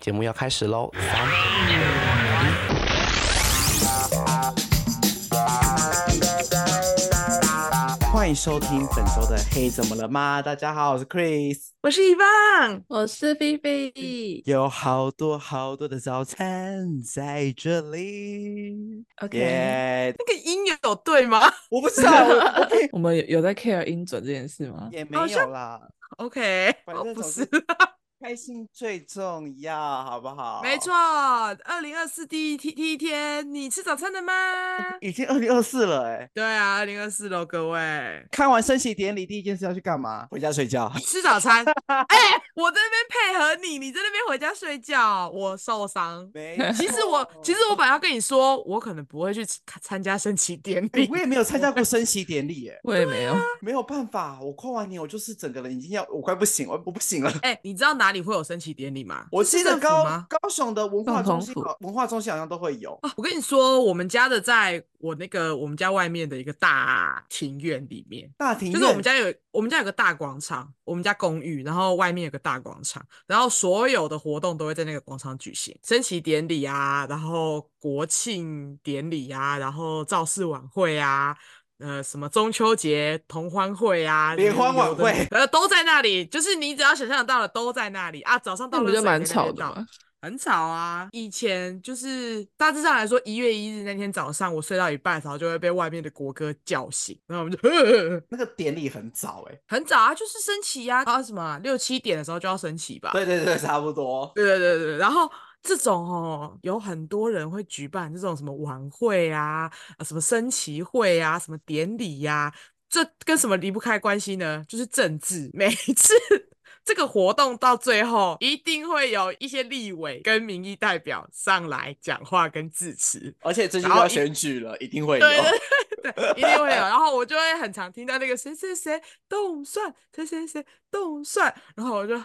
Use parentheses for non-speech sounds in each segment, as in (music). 节目要开始喽！三欢迎收听本周的《嘿，怎么了吗？》大家好，我是 Chris，我是伊旺，我是菲菲。有好多好多的早餐在这里。 OK，、耶、那个音有对吗 (laughs) 我不知道， (laughs) 我我可以我们有有在 care 音准这件事吗？也没好有像啦， (laughs) ？OK，反哦正不总是之，开心最重要，好不好？没错，，二零二四第一天第一天，你吃早餐了吗？已经二零二四了、哎， (laughs) 对啊，二零二四喽，各位看完升旗典礼，第一件事要去干嘛？回家睡觉。吃早 (laughs) 餐。哎、我在那边配合你，你在那边回家睡觉，我受 (laughs) 伤。没其实我其实错我本来要跟你说，我可能不会去参参加升旗典哎、礼我。也没有参加过升旗典礼，哎，我也没有。没有办法，我跨完年我就是整个人已经要，我快不行，我我不行了。 (laughs) 哎、你知道哪里会有升旗典礼吗？我是记得政府高吗高雄的文化中总统心府好，文化中心好像都会有。啊我跟你说，我们家的在我那个我们家外面的一个大庭院里面，大庭就是我院们家有我们家有个大广场，我们家公寓，然后外面有个大广场，然后所有的活动都会在那个广场举行，升旗典礼啊，然后国庆典礼啊，然后造势晚会啊。呃，什么中秋节同欢会啊，联欢晚有的会呃，都在那里，就是你只要想象得到的都在那里啊。早上那到不了就蛮吵的嘛，吗？很吵啊。以前就是大致上来说，一月一日那天早上，我睡到一半，然后就会被外面的国歌叫醒，然后我们就 (laughs) 那个典礼很早、哎，很早啊，就是升旗呀、啊，什么啊六七点的时候就要升旗吧？对对对，差不 (laughs) 多。对对对对，然后。这种哦，有很多人会举办这种什么晚会啊、呃什么升旗会啊、什么典礼呀、这跟什么离不开关系呢？就是政治。每一次这个活动到最后，一定会有一些立委跟民意代表上来讲话跟致辞，而且最近然后要一选举了，一定会有。对对 (laughs) 对，一定会有。然后我就会很常听到那个谁谁谁动算，谁谁谁动算，然后我就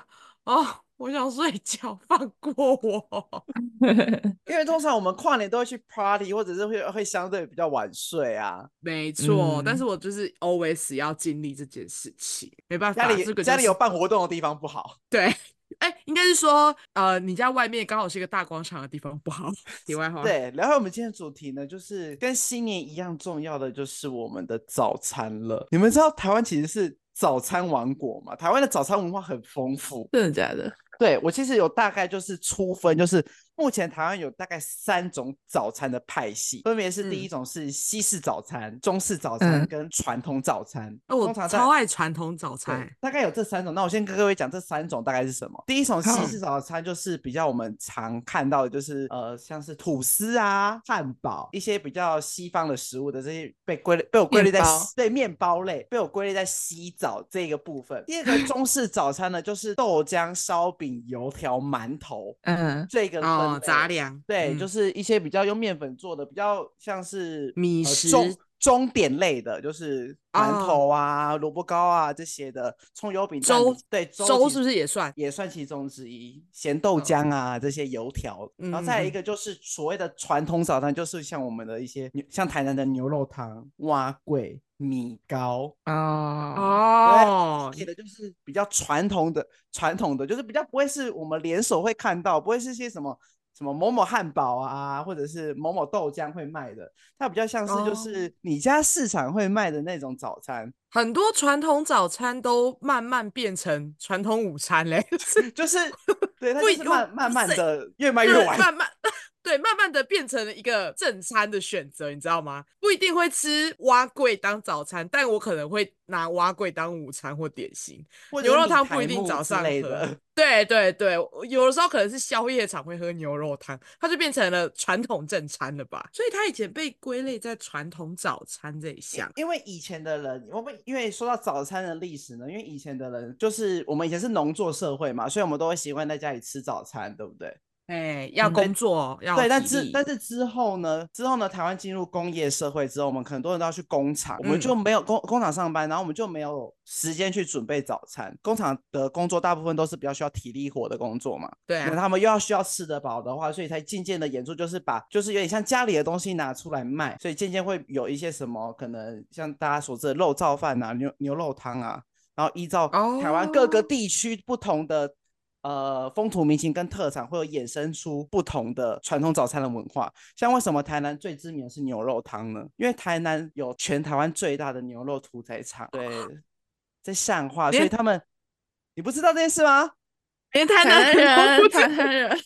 哦，我想睡觉，放过我。 (laughs) 因为通常我们跨年都会去 party，或者是会会相对比较晚睡啊。没错，但嗯是我就是 always 要经历这件事情，没办家法，里这个家就里是有办活动的地方不好，对。哎，应该是说，呃，你家外面刚好是一个大广场的地方 (laughs) 不好。题外话，对，然后我们今天的主题呢，就是跟新年一样重要的，就是我们的早餐了。你们知道台湾其实是早餐王国嘛？台湾的早餐文化很丰富。真的假的？ (laughs) 对我其实有大概就是粗分，就是目前台湾有大概三种早餐的派系，分别是第一嗯种是西式早餐、中式早餐嗯跟传统早餐。哦，通我常在超爱传统早对餐，大概有这三种。那我先跟各位讲这三种大概是什么。第一种西好式早餐就是比较我们常看到的，就是呃像是吐司啊、汉堡一些比较西方的食物的这些被归类被我归类面在包西对面包类被我归类在西早这个部分。第二个中式早餐呢，就是豆浆、烧饼、油条、馒头 (laughs) 嗯，这个哦分，杂类粮，对，嗯就是一些比较用面粉做的，比较像是米呃食中中点类的，就是馒哦头啊、萝卜糕啊这些的，葱油饼、蛋粥饼对粥粥其是不是也算？也算其中之一？咸豆浆啊、这些油条，然后再来一嗯个就是所谓的传统早餐，就是像我们的一些牛像台南的牛肉汤、蛙桂、米糕。哦，哦，写的就是比较传统的，传统的就是比较不会是我们联手会看到，不会是些什么什么某某汉堡啊，或者是某某豆浆会卖的，它比较像是就哦是你家市场会卖的那种早餐，很多传统早餐都慢慢变成传统午餐嘞， (laughs) 就是就是对，它不就一是我慢慢不慢是的越 (laughs) 卖对越晚，慢慢 (laughs) 对，慢慢的变成了一个正餐的选择，你知道吗？不一定会吃蛙桂当早餐，但我可能会拿蛙桂当午餐或点心。或者牛是肉米汤不苔一定木早之上类喝的。对对对，我有的时候可能是宵夜场会喝牛肉汤，它就变成了传统正餐了吧？所以它以前被归类在传统早餐这一项。因为以前的人，我们因为说到早餐的历史呢，因为以前的人就是我们以前是农作社会嘛，所以我们都会习惯在家里吃早餐，对不对？哎，要嗯工作，要对，但体之力但是之后呢？之后呢？台湾进入工业社会之后，我们很多人都要去工厂，我们就没有工工厂上班，然后我们就没有时间去准备早餐。工厂的工作大部分都是比较需要体力活的工作嘛，对那啊，他们又要需要吃得饱的话，所以才渐渐的演出就是把就是有点像家里的东西拿出来卖，所以渐渐会有一些什么可能像大家所知的肉燥饭啊、牛牛肉汤啊，然后依照台湾各个哦地区不同的呃风土民情跟特产会有衍生出不同的传统早餐的文化。像为什么台南最知名的是牛肉汤呢？因为台南有全台湾最大的牛肉屠宰场，对，在善化，所以连他们你不知道这件事吗？连台台南 (laughs) 南人都 (laughs) 人，不知台 (laughs) 南人，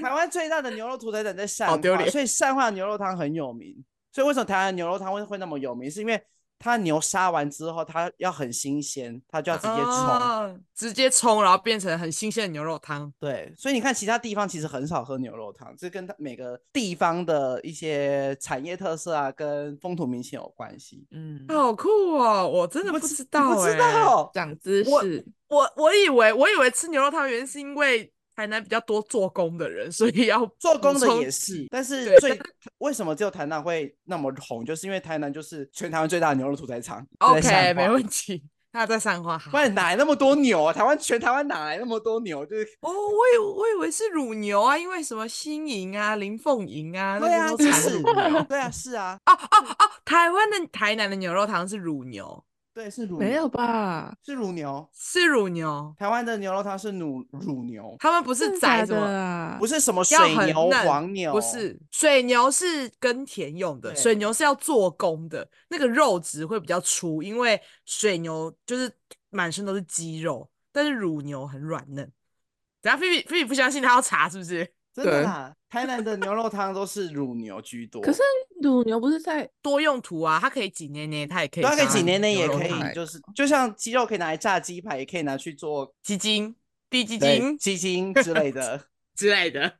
台湾最大的牛肉屠宰场在善好化，丢脸所以善化牛肉汤很有名。所以为什么台湾牛肉汤会会那么有名？是因为它牛杀完之后，它要很新鲜，它就要直接冲。哦直接冲，然后变成很新鲜的牛肉汤。对，所以你看，其他地方其实很少喝牛肉汤，这跟它每个地方的一些产业特色啊，跟风土民情有关系。嗯，好酷哦！我真的你不不知你道、欸，不知。道？长知我识，我我以为我以为吃牛肉汤原因是因为台南比较多做工的人，所以要做补工的充也自是己，但是对最为什么只有台南会那么红，就是因为台南就是全台湾最大的牛肉屠宰场。就在善 OK，没化问题。那在上花，不然哪来那么多牛啊？台湾全台湾哪来那么多牛？就是哦，我以我以为是乳牛啊，因为什么新营啊、林凤营啊，那对边啊，都就产是乳牛对啊，是啊，哦哦哦，台湾的台南的牛肉汤是乳牛，对是乳没牛有吧？是乳牛，是乳牛，台湾的牛肉汤是乳乳牛，他们不真是的假宰什的么。啊？不是，是什么水要很牛、嫩黄牛，不是水牛是耕田用的，水对牛是要做工的，那个肉质会比较粗，因为水牛就是满身都是肌肉，但是乳牛很软嫩。等下菲比菲比不相信，他要查是不是？真的对啦。台南的牛肉汤都是乳牛居多，可是乳牛不是在哎多用途啊，它可以挤奶奶，它也可以对啊，当它牛可以肉汤，几年内也可汤以，就是就像鸡肉可以拿来炸鸡排，也可以拿去做鸡精、低鸡对精鸡精之类的。之类的。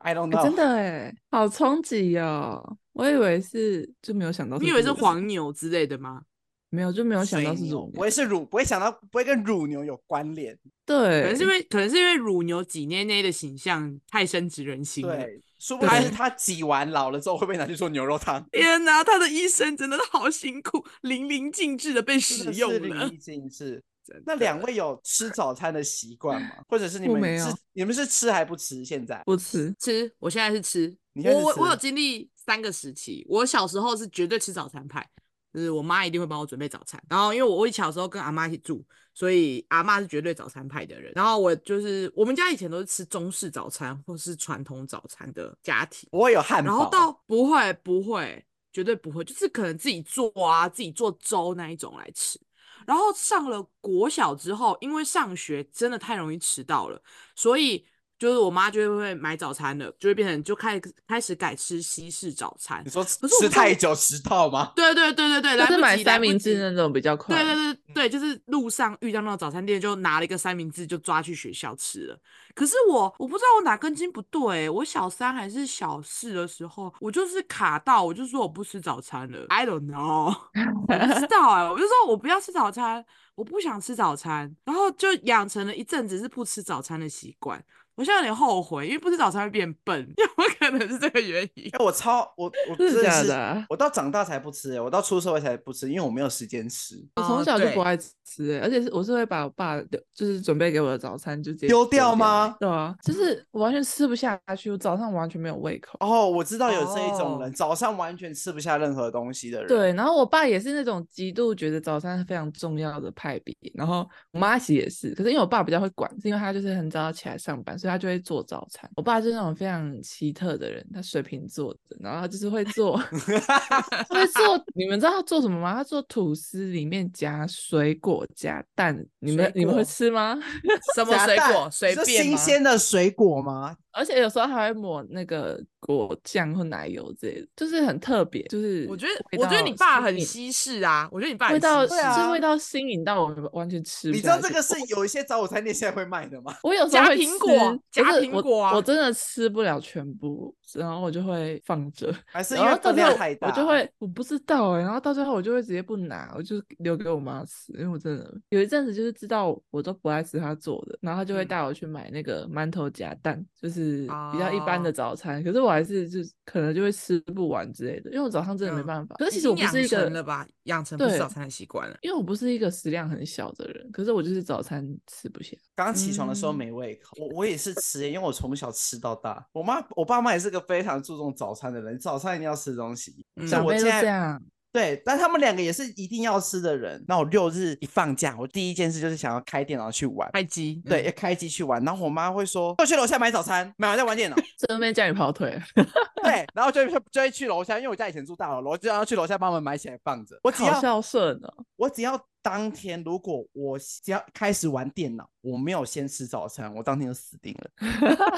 I don't 哎 know，真的哎，好冲击哦！我以为是就没有想到，你以为是，黄牛之类的吗？没有就没有想水到是牛乳不会是乳，不会想到不会跟乳牛有关联。对，可能是因为可能是因为乳牛挤奶奶的形象太深植人心了。对，殊不对知它挤完老了之后会被拿去做牛肉汤。天哪，他的一生真的好辛苦，淋漓尽致的被真使的用是了淋漓。尽致。真那的两位有吃早餐的习惯吗？或者是你我们没是有你们是吃还不吃？现在不吃，吃，我现在是吃，你现在我是我我有吃经历三个时期。我小时候是绝对吃早餐派，就是我妈一定会帮我准备早餐。然后因为我我小时候跟阿妈一起住，所以阿妈是绝对早餐派的人。然后我就是我们家以前都是吃中式早餐或是传统早餐的家庭。我有汉堡，然后到不会不会，绝对不会，就是可能自己做啊，自己做粥那一种来吃。然后上了国小之后，因为上学真的太容易迟到了，所以就是我妈就会买早餐了，就会变成就开开始改吃西式早餐你。说吃可是我吃们到太久迟到吗？对对对对对，来是不买及来三不明及治那种比较快。对对对对，就是路上遇到那种早餐店，就拿了一个三明治就抓去学校吃了。可是我我不知道我哪根筋不对、欸我小三还是小四的时候，我就是卡到，我就说我不吃早餐了。I don't know，我 (laughs) 不知道哎、我就说我不要吃早餐，我不想吃早餐，然后就养成了一阵子是不吃早餐的习惯。我现在有点后悔，因为不吃早餐会变笨， (laughs) 有没有可能是这个原因？哎、我超我我真真的假的的是，啊？我到长大才不吃、欸，我到出社会才不吃，因为我没有时间吃，我哦从小就对不爱吃欸，而且是我是会把我爸留，就是准备给我的早餐就直接丢掉掉吗欸？对啊，就是我完全吃不下去，我早上完全没有胃口。哦，我知道有这一种人哦早上完全吃不下任何东西的人。，对，然后我爸也是那种极度觉得早餐非常重要的派别，然后我妈其实也是，可是因为我爸比较会管，是因为他就是很早起来上班，所以他就会做早餐。我爸就是那种非常奇特的人，他水瓶座的，然后他就是会 (laughs) 做，会做，你们知道他做什么吗？他做吐司里面夹水果加蛋，你们水你们会果吃吗？什么水果随是便新吗？鲜的水果吗？而且有时候还会抹那个果酱或奶油之类的，就是很特别。就是我觉得味我觉得你道爸新很颖西式啊，我觉得你爸味很道，西对式啊这味道新颖到我完全吃不你下去。知道这个是有一些早午餐店现在会卖的吗？我有时候夹会苹果吃夹可是苹我果啊我真的吃不了全部，然后我就会放着，还是因然为后到分最量后太大？我就会我不知道哎、然后到最后我就会直接不拿，我就留给我妈吃，因为我真的有一阵子就是知道我都不爱吃她做的，然后她就会嗯带我去买那个馒头夹蛋，就是比较一般的哦早餐，可是我还是就是可能就会吃不完之类的，因为我早上真的没嗯办法。可是其已实我经不是养一个成了吧，养成不吃对早餐的习惯了。因为我不是一个食量很小的人，可是我就是早餐吃不下。刚起床的时候嗯没胃口，我我也是吃欸，因为我从小吃到大。我妈我爸妈也是个非常注重早餐的人，早餐一定要吃东西。嗯像长我辈现都这在，样，对，但他们两个也是一定要吃的人。那我六日一放假，我第一件事就是想要开电脑去玩。开机，对，嗯要开机去玩，然后我妈会说，要去楼下买早餐，买完再玩电 (laughs) 脑。顺便叫你跑腿，对，然后就会就会去楼下，因为我家以前住大楼，我就要去楼下帮他们买起来放着。我只好要孝顺哦。我只要当天，如果我只要开始玩电脑，我没有先吃早餐，我当天就死定了，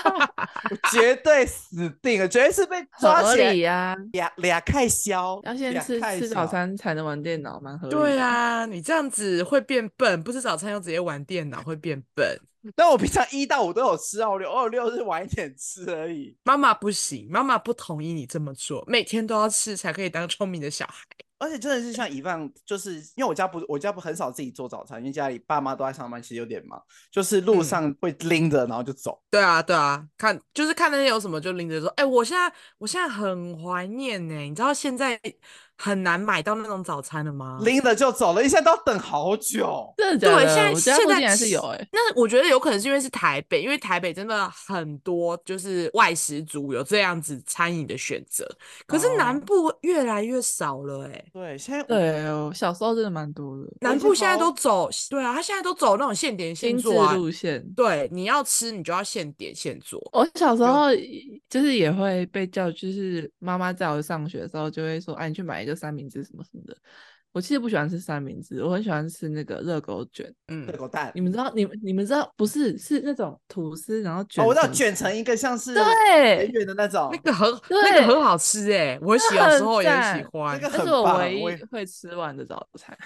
我绝对死定了，绝对是 (laughs) 被抓合起来理呀、俩俩开销，要先俩吃开吃早销。餐才能玩电脑，蛮合理的。对啊，你这样子会变笨，不吃早餐又直接玩电脑会变笨。但我平常一到五都有吃啊，我六二六日晚一点吃而已。妈妈不行，妈妈不同意你这么做，每天都要吃才可以当聪明的小孩。而且真的是像以往，就是因为我家不，我家不很少自己做早餐，因为家里爸妈都在上班，其实有点忙，就是路嗯上会拎着，然后就走。对啊，对啊，看就是看那些有什么就拎着说，哎、我现在我现在很怀念呢、你知道现在很难买到那种早餐了吗？拎着就走了，一下都要等好久。真的假对，的现在我现家附在近还是其有哎、那我觉得有可能是因为是台北，因为台北真的很多就是外食族有这样子餐饮的选择，可是南哦部越来越少了、欸，哎。对，现在我对，我小时候真的蛮多的，我以南前部现在好都走，对啊，他现在都走那种现点现精致做啊，路线。对，你要吃你就要现点现做， (laughs) 我小时有候就是也会被叫，就是妈妈在我上学的时候就会说：“哎、你去买一个三明治什么什么的。”我其实不喜欢吃三明治，我很喜欢吃那个热狗卷。嗯热，狗蛋你，们知道？你们你们知道？不是，是那种吐司，然后卷、哦，我知道卷。成一哎个像是圆对，圆的那种那，个很那个很对好吃哎、我那小时很候也喜赞欢，个那很是我棒唯我一也会吃完的早餐。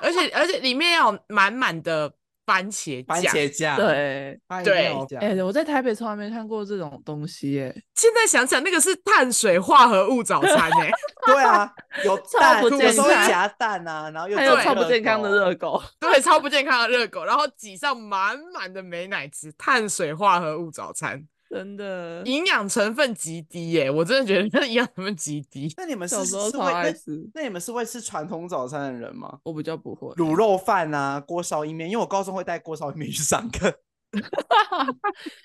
而且而且里面要有满满的番茄番酱，茄酱，，对，番对茄酱哎、，我在台北从来没看过这种东西耶、现在想想那个是碳水化合物早餐哎、对啊，有超蛋，不有健时候会康夹蛋啊，然后又还有加超热不健康的狗热狗， (laughs) 对，超不健康的热狗，然后挤上满满的美乃滋，碳水化合物早餐，真的。营养成分极低耶、我真的觉得 (laughs) 那营养成分极低。那你们是小时是候会超爱那吃，那你们是会吃传统早餐的人吗？我比较不会。卤肉饭啊，锅烧意面，因为我高中会带锅烧意面去上课。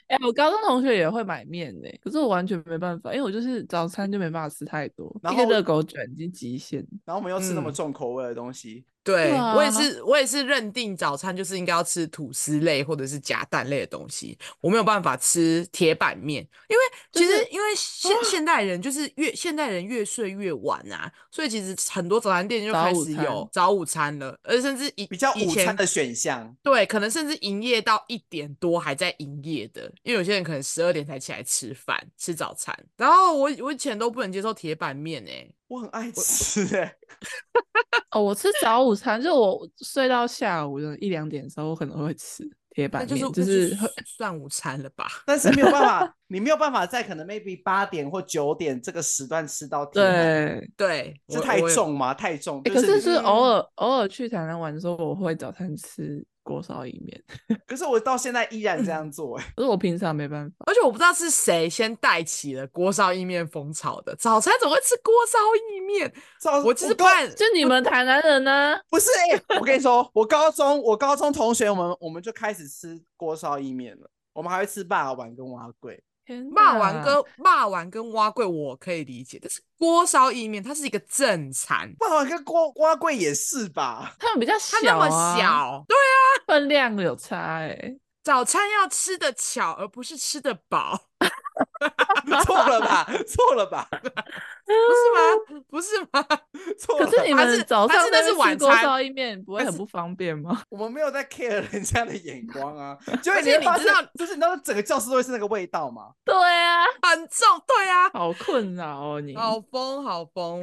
哎、我高中同学也会买面呢、可是我完全没办法，因为我就是早餐就没办法吃太多，然一个后热狗卷已经极限。 (laughs) 然后我们又吃那么嗯重口味的东西，对我也啊是，我也是认定早餐就是应该要吃吐司类或者是夹蛋类的东西，我没有办法吃铁板面，因为其就实是因为现现代人就是越现代人越睡越晚啊，所以其实很多早餐店就早开午始餐有早午餐了，而甚至以比较午以餐前的选项。对，可能甚至营业到一点多还在营业的，因为有些人可能十二点才起来吃饭吃早餐，然后我我以前都不能接受铁板面哎、我很爱吃哎、哦，我吃早午餐，就我睡到下午的一两点的时候，我可能会吃铁那板就面是，就那是会算午餐了吧。 (laughs) 但是没有办法，你没有办法在可能 maybe 八点或九点这个时段吃到铁对。板，哎对，是我太。我重吗？太重。就欸可是是你是偶嗯尔偶尔去台南玩的时候，我会早餐吃锅烧意面，可是我到现在依然这样做、 (laughs) 欸，可是我平常没办法。而且我不知道是谁先带起了锅烧意面风潮的。早餐怎么会吃锅烧意面？照呃我其实不高然就你们台南人呢、不是哎、欸我跟你说，我高中我高中同学，我们我们就开始吃锅烧意面了，我们还会吃霸王跟蛙桂。天骂完哪跟骂完跟蛙桂我可以理解，但是锅烧意面它是一个正餐，霸王跟锅蛙桂也是吧？ (laughs) 他们比较它小、啊，那么小，对，分量有差哎、早餐要吃的巧，而不是吃的饱，错了吧？错了吧？不是吗？不是吗？错了吧。可是你它们是早它上是那在是边晚吃锅餐烧意面，不会但很是不方 (laughs) 便吗？我们没有在 care 人家的眼光啊，就而是且会你发知现道，就是你知道整个教室都会是那个味道吗？对啊，很重，对啊，好困扰哦你。好疯好 (laughs) 疯。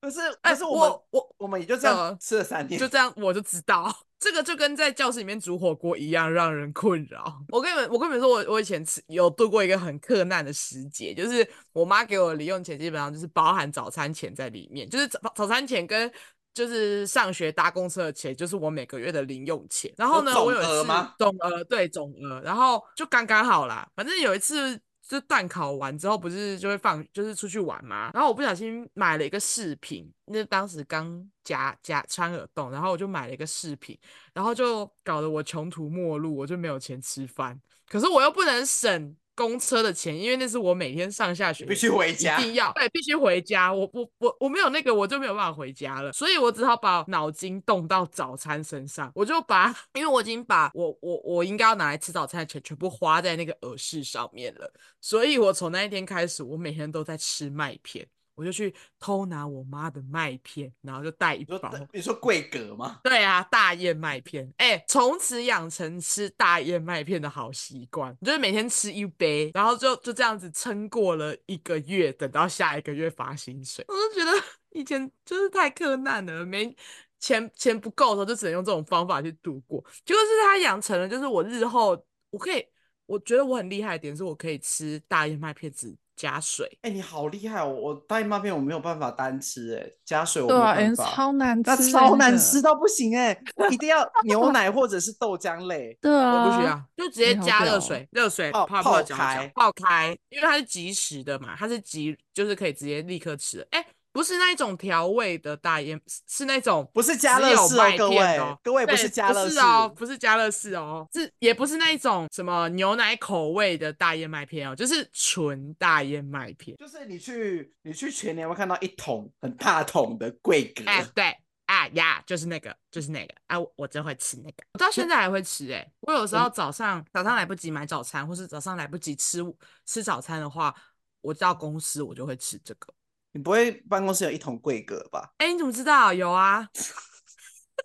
可是，哎、可是我们我我我们也就这样呃吃了三年，就这样，我就知道 (laughs) 这个就跟在教室里面煮火锅一样，让人困扰。 (laughs) 我跟你们，我跟你们说，我我以前吃有度过一个很困难的时节，就是我妈给我的零用钱基本上就是包含早餐钱在里面，就是早早餐钱跟就是上学搭公车的钱，就是我每个月的零用钱。然后呢，有我有总额一次吗总额对总额，然后就刚刚好啦。反正有一次。就段考完之后，不是就会放，就是出去玩嘛。然后我不小心买了一个饰品，那当时刚夹夹穿耳洞，然后我就买了一个饰品，然后就搞得我穷途末路，我就没有钱吃饭。可是我又不能省公车的钱，因为那是我每天上下学必须回家一定要对，必须回家。我不我我没有那个，我就没有办法回家了，所以我只好把脑筋动到早餐身上。我就把， (laughs) 因为我已经把我我我应该要拿来吃早餐的钱全部花在那个耳饰上面了，所以我从那一天开始，我每天都在吃麦片。我就去偷拿我妈的麦片，然后就带一你说包。你说贵格吗？对啊，大燕麦片，哎、从此养成吃大燕麦片的好习惯，就是每天吃一杯，然后就就这样子撑过了一个月，等到下一个月发薪水，我就觉得以前就是太克难了，没钱钱不够的时候就只能用这种方法去度过，结果是他养成了，就是我日后我可以，我觉得我很厉害的点是我可以吃大燕麦片只加水，哎、你好厉害哦！我大燕麦片我没有办法单吃、哎，加水我没对有啊，办哎，法，超难吃那欸，超那难个吃，到不行哎、一定要牛奶或者是豆浆类。对我啊，不需要，就直接你好加屌热哦水，热水泡泡泡泡搅开搅泡开，因为它是即食的嘛，它是即就是可以直接立刻吃的。哎，不是那一种调味的大烟，是是那种不是加只乐有士哦麦各片位的哦各位不对是加乐不士是哦，不是加乐士哦，是也不是那一种什么牛奶口味的大燕麦片哦，就是纯大燕麦片。就是你去你去全年会看到一桶很大桶的贵格，哎，对。啊呀就是那个，就是那个啊！我我真会吃那个，我到现在还会吃哎、我有嗯时候早上早上来不及买早餐，或是早上来不及吃吃早餐的话，我到公司我就会吃这个。你不会办公室有一桶贵格吧？，哎、你怎么知道？有啊，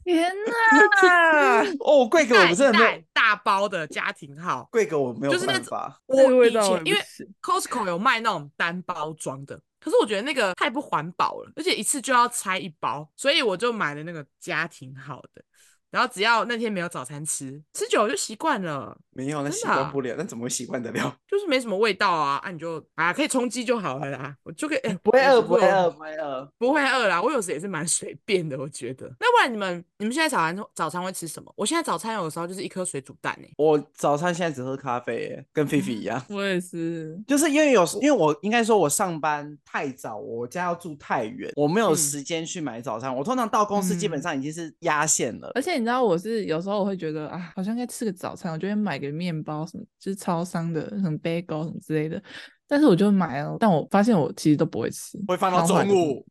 天哪 (laughs) 哦，贵格我袋不真的没有袋，大包的家庭号。贵格我没有就是那办种法。我这个味以道我也前不因为行 Costco 有卖那种单包装的，可是我觉得那个太不环保了，而且一次就要拆一包，所以我就买了那个家庭号的。然后只要那天没有早餐吃，吃久了就习惯了。没有，那真习的惯啊不了，那怎么会习惯得了？就是没什么味道啊，啊你就啊可以充饥就好了啦，我就可以、哎 (laughs) 不会我饿， (laughs) 不不会过饿，不会饿。不会饿啦。我有时也是蛮随便的，我觉得。那不然你们你们现在早餐早餐会吃什么？我现在早餐有时候就是一颗水煮蛋诶、欸我早餐现在只喝咖啡耶，跟菲菲一样。我也是，就是因为有时，因为我应该说，我上班太早，我家要住太远，我没有嗯时间去买早餐。我通常到公司基本嗯上已经是压线了。而且你知道，我是有时候我会觉得啊，好像该吃个早餐，我就会买个面包什么，就是超商的什么 bagel 什么之类的。但是我就买哦了，但我发现我其实都不会吃，会放到然后后来中就不午，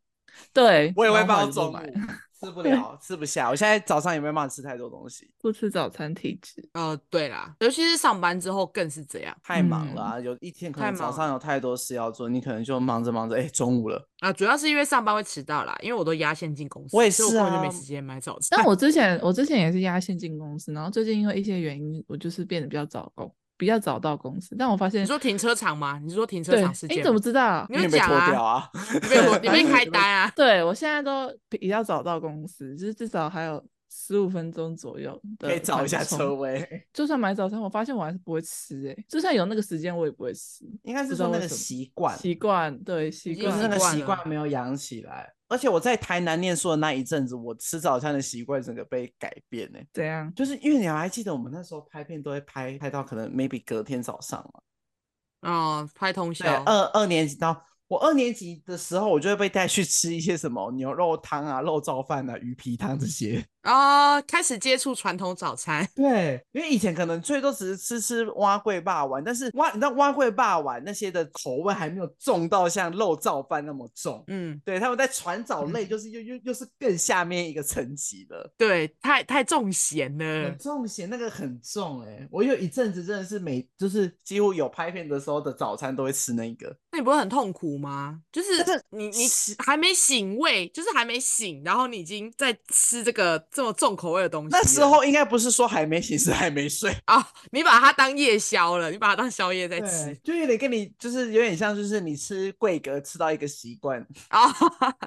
对，我也会然后放后来到中就不买 (laughs) 午，吃不了，吃不下。我现在早上也没办法吃太多东西，不吃早餐体质。呃，对啦，尤其是上班之后更是这样太忙嗯了啊、有一天可太能早忙上有太多事要做，你可能就忙着忙着，哎、中午了。啊、主要是因为上班会迟到啦，因为我都压线进公司，我也所以是我根本就啊没时间买早餐。但我之前我之前也是压线进公司，然后最近因为一些原因，我就是变得比较早工，比较早到公司。但我发现你说停车场吗？你说停车对，场哎事，你件怎么吗？知道？你有被讲脱啊掉啊？ (laughs) 你被 (laughs) 我你被开你单啊？对我现在都比较早到公司，就是至少还有十五分钟左右的可以找一缓下冲车 (laughs) 位。就算买早餐，我发现我还是不会吃、欸，就算有那个时间，我也不会吃。应该不是知说道那为个什么习惯，习惯对习经就是惯，那个惯习了惯没有养起来。而且我在台南念书的那一阵子，我吃早餐的习惯整个被改变呢、欸怎样？就是因为你还记得我们那时候拍片都会拍拍到可能 maybe 隔天早上嘛，哦，拍通对，宵。二二年级到我二年级的时候，我就会被带去吃一些什么牛肉汤啊、肉燥饭啊、鱼皮汤这些。 (laughs) 啊、开始接触传统早餐，对，因为以前可能最多只是吃吃蛙桂霸丸，但是蛙你知道蛙桂霸丸那些的口味还没有重到像肉燥饭那么重。嗯，对，他们在传早类就是又又又是更下面一个层级了，对，太太重咸了很，重咸，那个很重哎、我有一阵子真的是每就是几乎有拍片的时候的早餐都会吃那一个，那你不会很痛苦吗？就是但是你你是还没醒味，就是还没醒，然后你已经在吃这个这么重口味的东西了。那时候应该不是说还没醒， (laughs) 是还没睡。啊、你把它当夜宵了，你把它当宵夜在对吃，就有点跟你就是有点像，就是你吃桂格吃到一个习 (laughs) 惯，啊、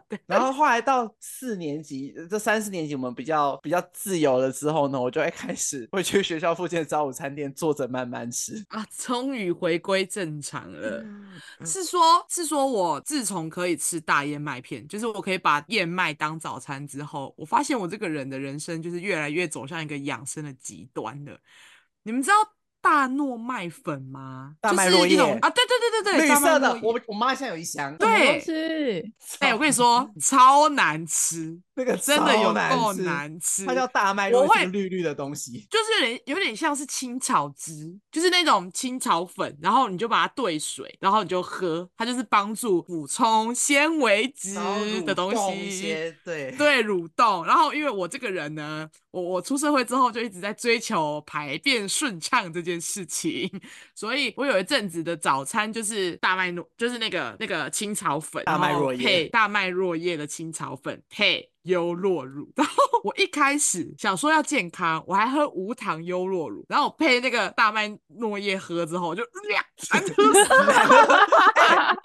对，然后后来到四年级，呃这三四年级我们比较比较自由了之后呢，我就会开始会去学校附近的早午餐店坐着慢慢吃。啊，终于回归正常嗯了。嗯是说，是说我自从可以吃大燕麦片，就是我可以把燕麦当早餐之后，我发现我这个人的人生就是越来越走向一个养生的极端了。你们知道大糯麦粉吗？大就麦是落一种叶啊，对对对对对，绿大麦色落的叶，我我妈现在有一箱，对什么东西哎、我跟你说，超难吃， (laughs) 那个真的有超难够吃难吃。它叫大麦我落叶，是会个绿绿的东西。就是有点有点像是青草汁，就是那种青草粉，然后你就把它兑水，然后你就喝，它就是帮助补充纤维质然后的蠕东动一西。些对 (laughs) (laughs) 对，蠕动。然后因为我这个人呢，我我出社会之后就一直在追求排便顺畅这件事情，所以我有一阵子的早餐就是大麦糯，就是那个那个青草粉，大然麦后若叶配大麦若叶的青草粉配优酪乳。然后我一开始想说要健康，我还喝无糖优酪乳，然后我配那个大麦诺叶喝之后，我就 (laughs) 难喝死了。哎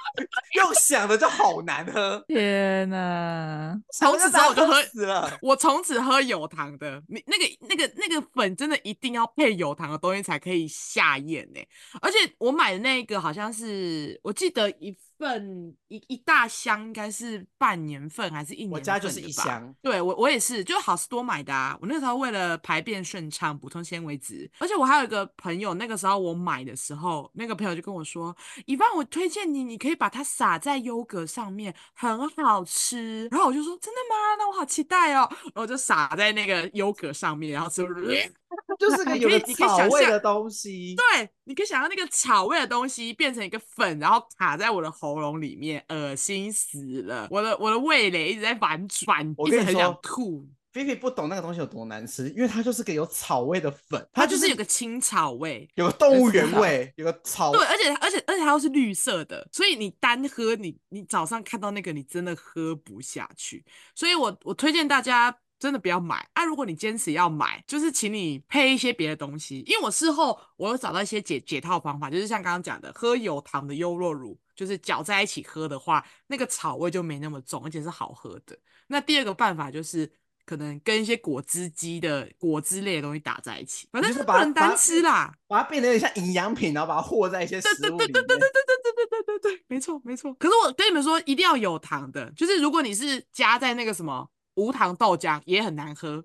用想的就好难 (laughs) 喝，天哪！想从此就之后大我家就喝死了。我从此喝有糖的，你那个那个那个粉真的一定要配有糖的东西才可以下咽呢、而且我买的那个好像是，我记得一份一一大箱应该是半年份还是一年我份家就是的一吧。箱，对我我也是，就好事多买的啊。我那时候为了排便顺畅，补充纤维质，而且我还有一个朋友，那个时候我买的时候，那个朋友就跟我说，以凡，我推荐你，你可以把它撒在优格上面，很好吃。然后我就说真的吗？那我好期待哦。然后我就撒在那个优格上面，然后吃。嗯就是个你有可以个你可以草想味象的东西。 (laughs) 对，你可以想象那个草味的东西变成一个粉，然后卡在我的喉咙里面，恶心死了。我的我的味蕾一直在反转，我一直跟你很想说吐。菲菲不懂那个东西有多难吃，因为它就是个有草味的粉，它就就是有个青草味，有个动物有园草味，有个草对，而且而且而且它又是绿色的，所以你单喝你你早上看到那个你真的喝不下去，所以我我推荐大家真的不要买啊！如果你坚持要买，就是请你配一些别的东西，因为我事后我有找到一些解解套方法，就是像刚刚讲的，喝有糖的优酪乳，就是搅在一起喝的话，那个草味就没那么重，而且是好喝的。那第二个办法就是。可能跟一些果汁机的果汁类的东西打在一起，反你就正是是不把能把单吃啦。把它变得有点像营养品，然后把它和在一些对对对对对对对对对对食物里面。对对对，没错没错。可是我跟你们说，一定要有糖的，就是如果你是加在那个什么无糖豆浆也很难喝，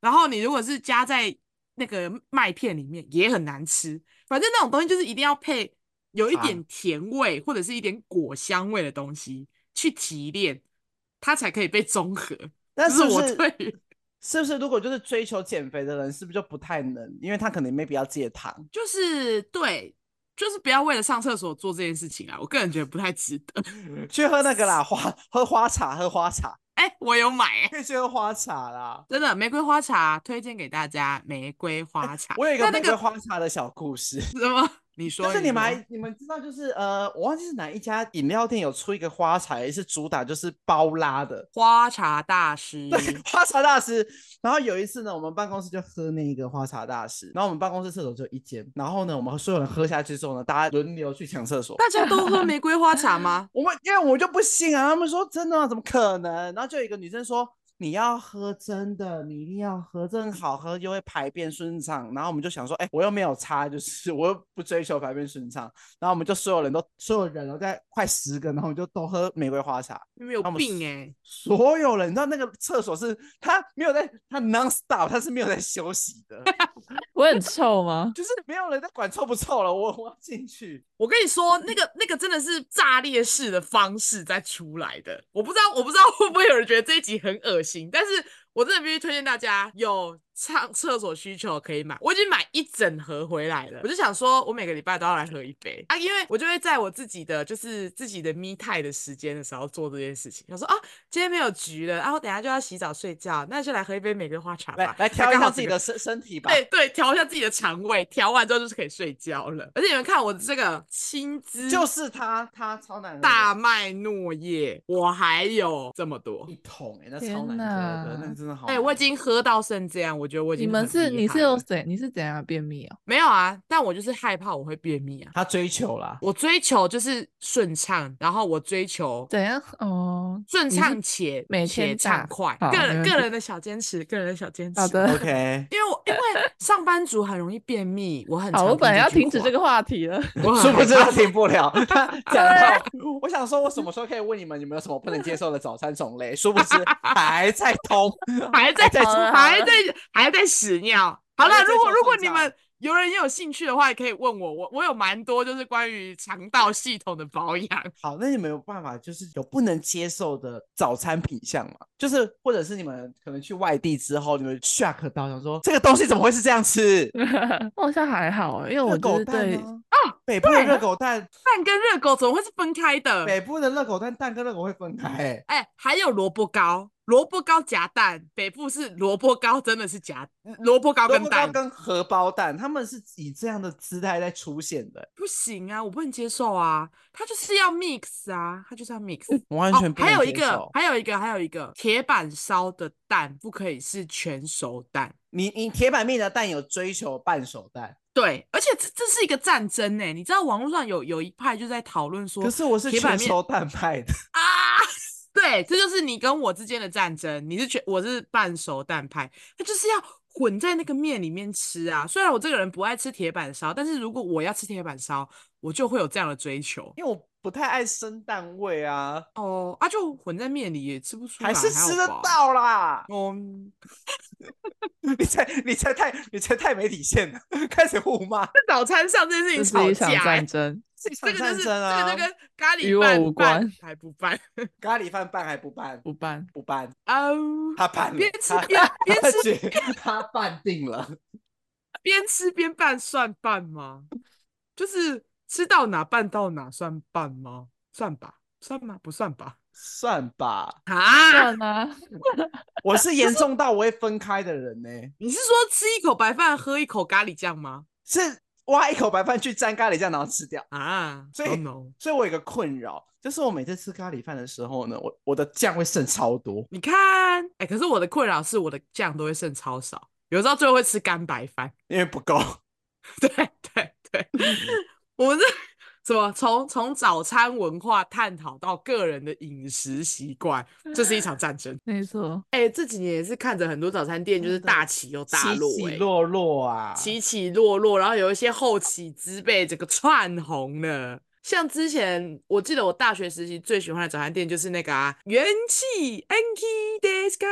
然后你如果是加在那个麦片里面也很难吃，反正那种东西就是一定要配有一点糖甜味或者是一点果香味的东西去提炼，它才可以被综合。但这是是不我是对于是不是如果就是追求减肥的人，是不是就不太能？因为他可能 maybe 要戒糖。就是对，就是不要为了上厕所做这件事情啊，我个人觉得不太值得。去喝那个啦， (laughs) 花喝花茶，喝花茶，哎、我有买、欸。可以去喝花茶啦。真的，玫瑰花茶推荐给大家。玫瑰花茶，哎我有一个那玫那瑰个花茶的小故 (laughs) 事，什么？你说，就是你们说还你们知道，就是呃，我忘记是哪一家饮料店有出一个花茶，也是主打就是包拉的，花茶大师，对，花茶大师。然后有一次呢，我们办公室就喝那个花茶大师，然后我们办公室厕所就一间，然后呢，我们所有人喝下去之后呢，大家轮流去抢厕所。大家都喝玫瑰花茶吗 (laughs) ？我们因为我就不信啊，他们说真的吗？怎么可能？然后就有一个女生说。你要喝真的，你一定要喝，真好喝就会排便顺畅。然后我们就想说，哎、我又没有差，就是我又不追求排便顺畅。然后我们就所有人都，所有人都在快十个，然后我们就都喝玫瑰花茶。你们有那我们病哎、所有人，你知道那个厕所是他没有在，他 non stop，他是没有在休息的，我很臭吗？就是没有人在管臭不臭了。我我要进去，我跟你说，那个那个真的是炸裂式的方式在出来的。我不知道，我不知道 (laughs) 会不会有人觉得这一集很恶心，但是我真的必须推荐大家，有上厕所需求可以买。我已经买一整盒回来了，我就想说，我每个礼拜都要来喝一杯啊，因为我就会在我自己的就是自己的 me time 的时间的时候做这件事情。想说啊，今天没有局了，啊，我等一下就要洗澡睡觉，那就来喝一杯玫瑰花茶来吧。来那调一刚下好自己整个的身身体吧。对对，调一下自己的肠胃，调完之后就是可以睡觉了。而且你们看我这个青汁，就是他，他超难喝的大麦诺叶，我还有这么多一。桶哎、那天超难喝的，那个哪真的好难哎、喝。我已经喝到剩这样，我觉得我已经你们很是厉你是害有了谁？你是怎样便秘哦？没有啊？但我就是害怕我会便秘啊。他追求 (laughs) 啦，我追求就是顺畅，然后我追求怎样哦？顺你是畅且每且天畅大快，好个没人问个题人的小坚持，个人的小坚持。好的 OK， (laughs) 因为我因为上班族很容易便秘，我很好，常我听本来要句停止话这个，话题 (laughs) 了。我很殊不害知怕他停不 (laughs) 了。他讲到，我想说，我什么时候可以问你们，你们有什么不能接受的早餐种 (laughs) 类？殊不知还 (laughs) 在通。还在还在啊还冲在还在屎尿。好还 (laughs) 在了，如果冲如果上你架们有人也有兴趣的话，也可以问我，我我有蛮多就是关于肠道系统的保养。好，那你们有办法就是有不能接受的早餐品相吗？就是或者是你们可能去外地之后，你们 shock 到想说这个东西怎么会是这样吃？我好像哦还好，欸因为我热就狗是蛋对啊，北部的热狗蛋，蛋跟热狗怎么会是分开的？北部的热狗蛋蛋跟热狗会分开、欸。哎、还有萝卜糕，萝卜糕夹蛋，北部是萝卜糕，真的是夹嗯萝卜糕萝跟卜糕蛋，跟荷包蛋，他们是以这样的姿态在出现的、不行啊，我不能接受啊，它就是要 mix 啊，它就是要 mix。我嗯完全哦，不能还有一接个受，还有一个，还有一个，铁板烧的蛋不可以是全熟蛋。你你铁板面的蛋有追求半熟蛋，对，而且这这是一个战争呢、你知道网络上有有一派就在讨论说可是我是铁板全面熟蛋派的。啊，对，这就是你跟我之间的战争，你是全我是半熟蛋派，它就是要混在那个面里面吃啊。虽然我这个人不爱吃铁板烧，但是如果我要吃铁板烧，我就会有这样的追求。 (laughs) 因为我不太爱生蛋味啊，哦，啊，就混在面里也吃不出来，还是好吃得吧。到啦。 (laughs) 哦，你才你才太你才太没底线了，开始互骂，在早餐上这件事这情是吵一场架、欸战，争， (laughs) 这场这个就战是争啊，这个就跟咖喱与我拌拌无关还不拌咖喱饭拌还不拌，不办。不拌，哦，他拌了，边吃他 (laughs) 边边他吃决他拌定了， (laughs) 边吃边拌算拌吗？就是吃到哪拌到哪算拌吗？算吧，算吗？不算吧？算吧。啊！算啊，我是严重到我会分开的人呢、你是说吃一口白饭，喝一口咖喱酱吗？是挖一口白饭去沾咖喱酱，然后吃掉。啊，所以 no, no 所以我有一个困扰，就是我每次吃咖喱饭的时候呢，我我的酱会剩超多。你看，哎、可是我的困扰是我的酱都会剩超少，有时候最后会吃干白饭。 (laughs) 因为不够。 (laughs) 对对对，我们这什么从从早餐文化探讨到个人的饮食习惯，这是一场战争。没错，哎、这几年也是看着很多早餐店就是真的大起又大起落、起欸哎落落啊，起起落落，然后有一些后起之辈整个窜红了。像之前，我记得我大学时期最喜欢的早餐店就是那个啊，元气 Anki Deska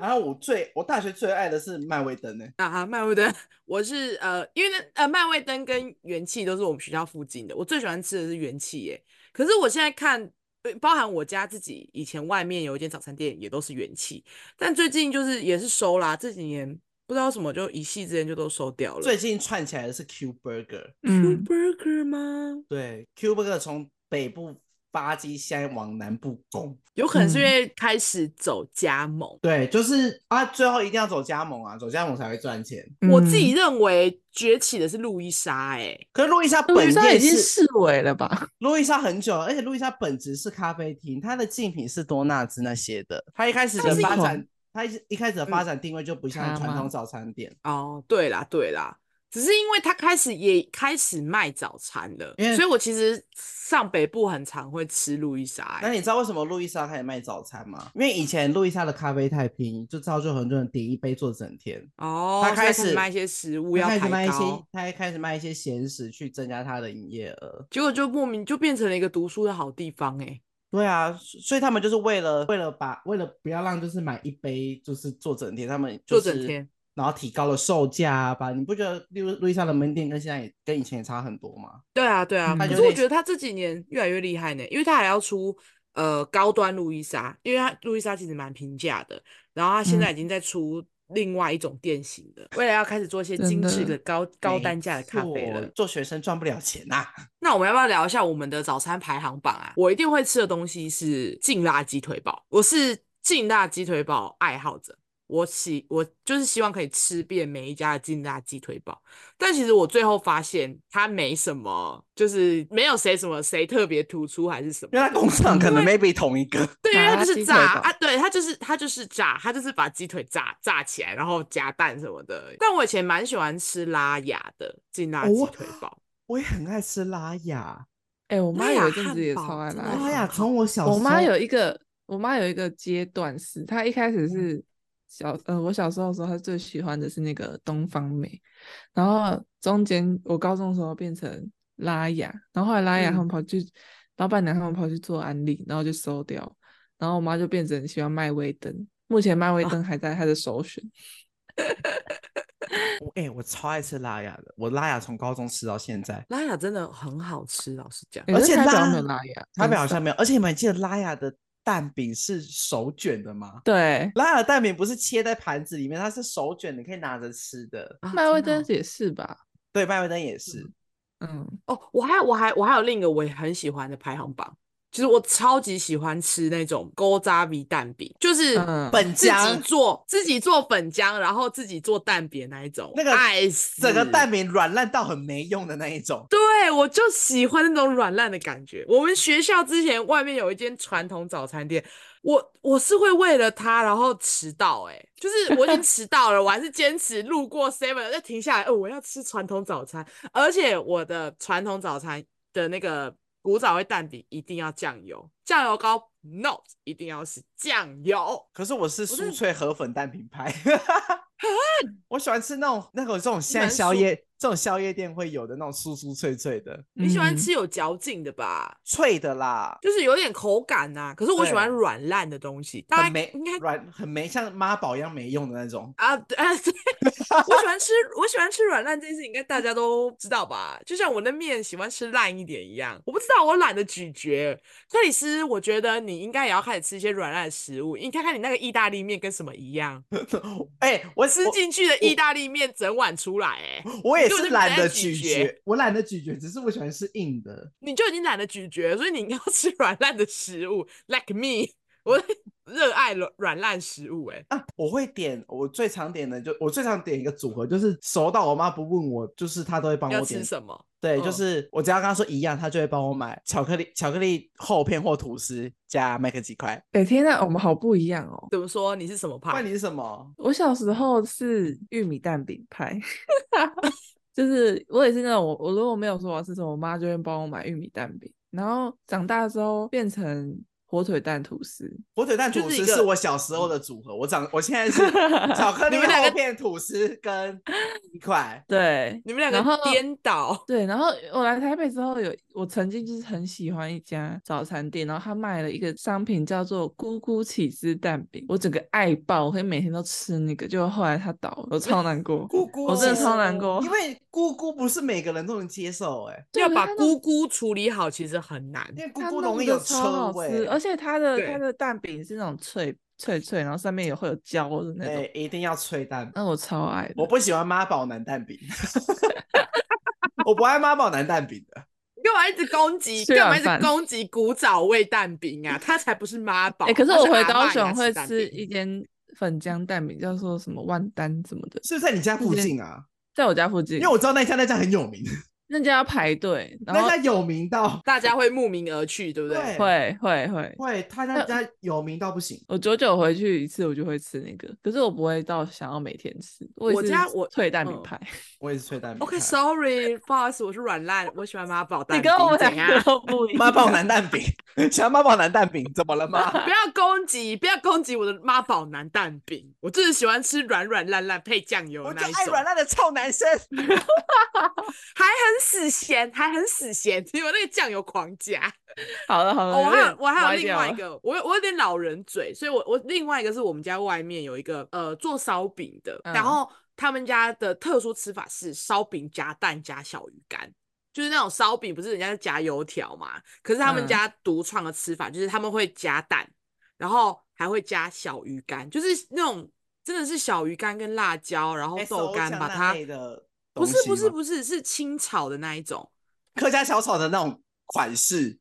然后我最我大学最爱的是麦味登呢、欸啊，麦味登。 (laughs) 我是呃，因为那呃麦味登跟元气都是我们学校附近的，我最喜欢吃的是元气耶。可是我现在看，呃包含我家自己以前外面有一间早餐店也都是元气，但最近就是也是收啦，这几年不知道为什么就一夕之间就都收掉了。最近串起来的是 Q Burger， Q (laughs) 嗯，Burger 吗？对，Q Burger 从北部发迹，现在往南部攻。有可能是因嗯为开始走加盟。对，就是啊，最后一定要走加盟啊，走加盟才会赚钱。我自嗯己认为崛起的是路易莎、欸，可是路易莎路本易莎业已经是视为了吧？路易莎很久了，而且路易莎本质是咖啡厅，它的竞品是多纳兹那些的。它一开始它的是一发种展，它一一开始的发嗯展定位就不像茶传吗统早餐店，哎，哦，对啦，对啦，只是因为她开始也开始卖早餐了因，为所以我其实上北部很常会吃路易莎、那欸，你知道为什么路易莎开始卖早餐吗？因为以前路易莎的咖啡太拼，就造就很多人点一杯坐整天。哦，她所以开始卖一些食物他要开始抬卖一些高，，他开始卖一些闲食去增加他的营业额。结果就莫名就变成了一个读书的好地方、欸，哎，对啊，所所以他们就是为了为了把为了不要让就是买一杯就是坐整天，他们就坐整是天，然后提高了售价啊吧？你不觉得路路易莎的门店跟现在也跟以前也差很多吗？对啊，对啊，嗯可它是有我点觉得他这几年越来越厉害呢，因为他还要出呃高端路易莎，因为他路易莎其实蛮平价的，然后他嗯现在已经在出另外一种店型的，未来要开始做一些真精致的的高高没单价的咖啡错了。做学生赚不了钱呐、 (laughs) 那我们要不要聊一下我们的早餐排行榜啊？我一定会吃的东西是劲辣鸡腿堡，我是劲辣鸡腿堡爱好者。我喜我就是希望可以吃遍每一家的劲辣鸡腿堡，但其实我最后发现它没什么，就是没有谁什么谁特别突出还是什因为么。他工厂可能因 maybe 同一个。对，因为它炸就是鸡炸腿堡啊，对，它就是它就是炸，它就是把鸡腿炸炸起来，然后加蛋什么的。但我以前蛮喜欢吃拉雅的劲辣哦鸡我腿堡，我也很爱吃拉雅，哎、我拉妈雅有一阵汉子也堡超爱真的拉哎拉很雅，雅好从我小时候我妈有一个，我妈有一个阶段是，她一开始是小，呃，我小时候的时候，她最喜欢的是那个东方美，然后中间我高中的时候变成拉雅，然后后来拉雅他们嗯跑去，老板娘他们跑去做安利，然后就收掉，然后我妈就变成喜欢麦威登，目前麦威啊登还在她的首选，我哎、我超爱吃拉雅的，我拉雅从高中吃到现在，拉雅真的很好吃，老实讲，欸而这且台北好像拉没有拉雅，嗯台很北好像少没有。而且你们记得拉雅的蛋饼是手卷的吗？对，拉雅的蛋饼不是切在盘子里面，它是手卷，你可以拿着吃的。啊麦味真的登也是吧？对，麦味登也是。嗯，哦，我还有我还我还有另一个我也很喜欢的排行榜，就是我超级喜欢吃那种勾扎米蛋饼，就是嗯本自己浆做自己做粉浆，然后自己做蛋饼那一种，那个爱死整个蛋。饼软烂到很没用的那一种。对，我就喜欢那种软烂的感觉。我们学校之前外面有一间传统早餐店，我我是会为了它然后迟到、欸，哎，就是我已经迟到了，我还是坚持路过 Seven 再停下来，哦，我要吃传统早餐，而且我的传统早餐的那个古早味蛋饼一定要酱油，酱油膏 no，一定要是酱油。可是我是真的酥脆河粉蛋品 (laughs) 牌，我喜欢吃那种那种这种现在蛮宵酥夜这种宵夜店会有的那种酥酥脆脆的你喜欢嗯吃有嚼劲的吧？脆的啦，就是有点口感呐、可是我喜欢对软烂的东西，大很家没应该软很没像妈宝一样没用的那种。啊，对啊， (laughs) 对，我喜欢吃，我喜欢吃软烂这件事，应该大家都知道吧？就像我的面喜欢吃烂一点一样，我不知道，我懒得咀嚼。克里斯，我觉得你应该也要开始吃一些软烂的食物。你看看你那个意大利面跟什么一样，哎、我吃我进去的意我大利面整碗出来、欸，我也根本是就没懒在得咀咀嚼嚼，我懒得咀嚼，只是我喜欢吃硬的。你就已经懒得咀嚼，所以你应该要吃 (laughs) 软烂的食物，like me，我 (laughs) 热爱软软烂食物、欸，啊，我会点，我最常点的就我最常点一个组合，就是熟到我妈不问我，就是她都会帮要我吃点。什么？对，就嗯是我只要跟她说一样，她就会帮我买巧克力巧克力厚片或吐司加麦克鸡块。哎、天呐，我们好不一样哦！怎么说？你是什么派问？你是什么？我小时候是玉米蛋饼派， (laughs) 就是我也是那种我我如果没有说我要吃什么，我妈就会帮我买玉米蛋饼。然后长大之后变成火腿蛋吐司，火腿蛋就吐是一司个是我小时候的组合，我长我现在是 (laughs) 巧克你力们两个厚片吐司跟一块。对你们两然个后颠倒。对。然后我来台北之后有，我曾经就是很喜欢一家早餐店，然后他卖了一个商品叫做咕咕起司蛋饼，我整个爱爆，我可以每天都吃那个。就后来他倒了，我超 (laughs) 难过，姑姑我真的其超实难过因。为姑姑不是每个人都能接受、欸，哎，对要可是把它那咕咕处理好其实很难。因为姑它姑弄容易得有超车好吃，味，而且它的它对的蛋饼是那种脆脆脆，然后上面也会有焦的那哎、种，一定要脆蛋。那我超爱的 (laughs) 我。不喜欢妈宝男蛋饼， (laughs) 我不爱妈宝男蛋饼的。你干嘛一直攻击？吃干嘛软一直饭攻击古早味蛋饼啊？它才不是妈宝。哎、可是它我回阿高嬷雄牙齿会蛋吃饼一间粉浆蛋饼，叫做什么万丹什么的，是不是在你家附近啊？在我家附近，因为我知道那家那家很有名，那家要排队，然那后家有名到大家会慕名而去，对不对？对会会会，会，他那家有名到不行。我久久回去一次，我就会吃那个，可是我不会到想要每天吃。我也我是家我脆蛋饼嗯派，我也是脆蛋饼派。啊 OK，Sorry，、不好意思，我是软烂，我喜欢妈宝蛋你饼。跟我们怎两个样？都不一样。妈宝男蛋饼， (laughs) 想要妈宝男蛋饼，怎么了吗？不要攻击，不要攻击我的妈宝男蛋饼。我就是喜欢吃软软烂烂配酱油 (laughs) 我就那一爱种，软烂的臭男 (laughs) 生。还很死咸，还很死咸，你有那个酱油狂加。好了好了，哦，我还点有我还歪有另掉外一了，个，我有我有点老人嘴，所以我我另外一个是我们家外面有一个呃做烧饼的，嗯然后他们家的特殊吃法是烧饼加蛋加小鱼干。就是那种烧饼，不是人家是夹油条嘛？可是他们嗯家独创的吃法，就是他们会加蛋，然后还会加小鱼干，就是那种真的是小鱼干跟辣椒，然后豆 SO 干酱把哎那它类的不是东西不是吗不是是清炒的那一种，客家小炒的那种款式，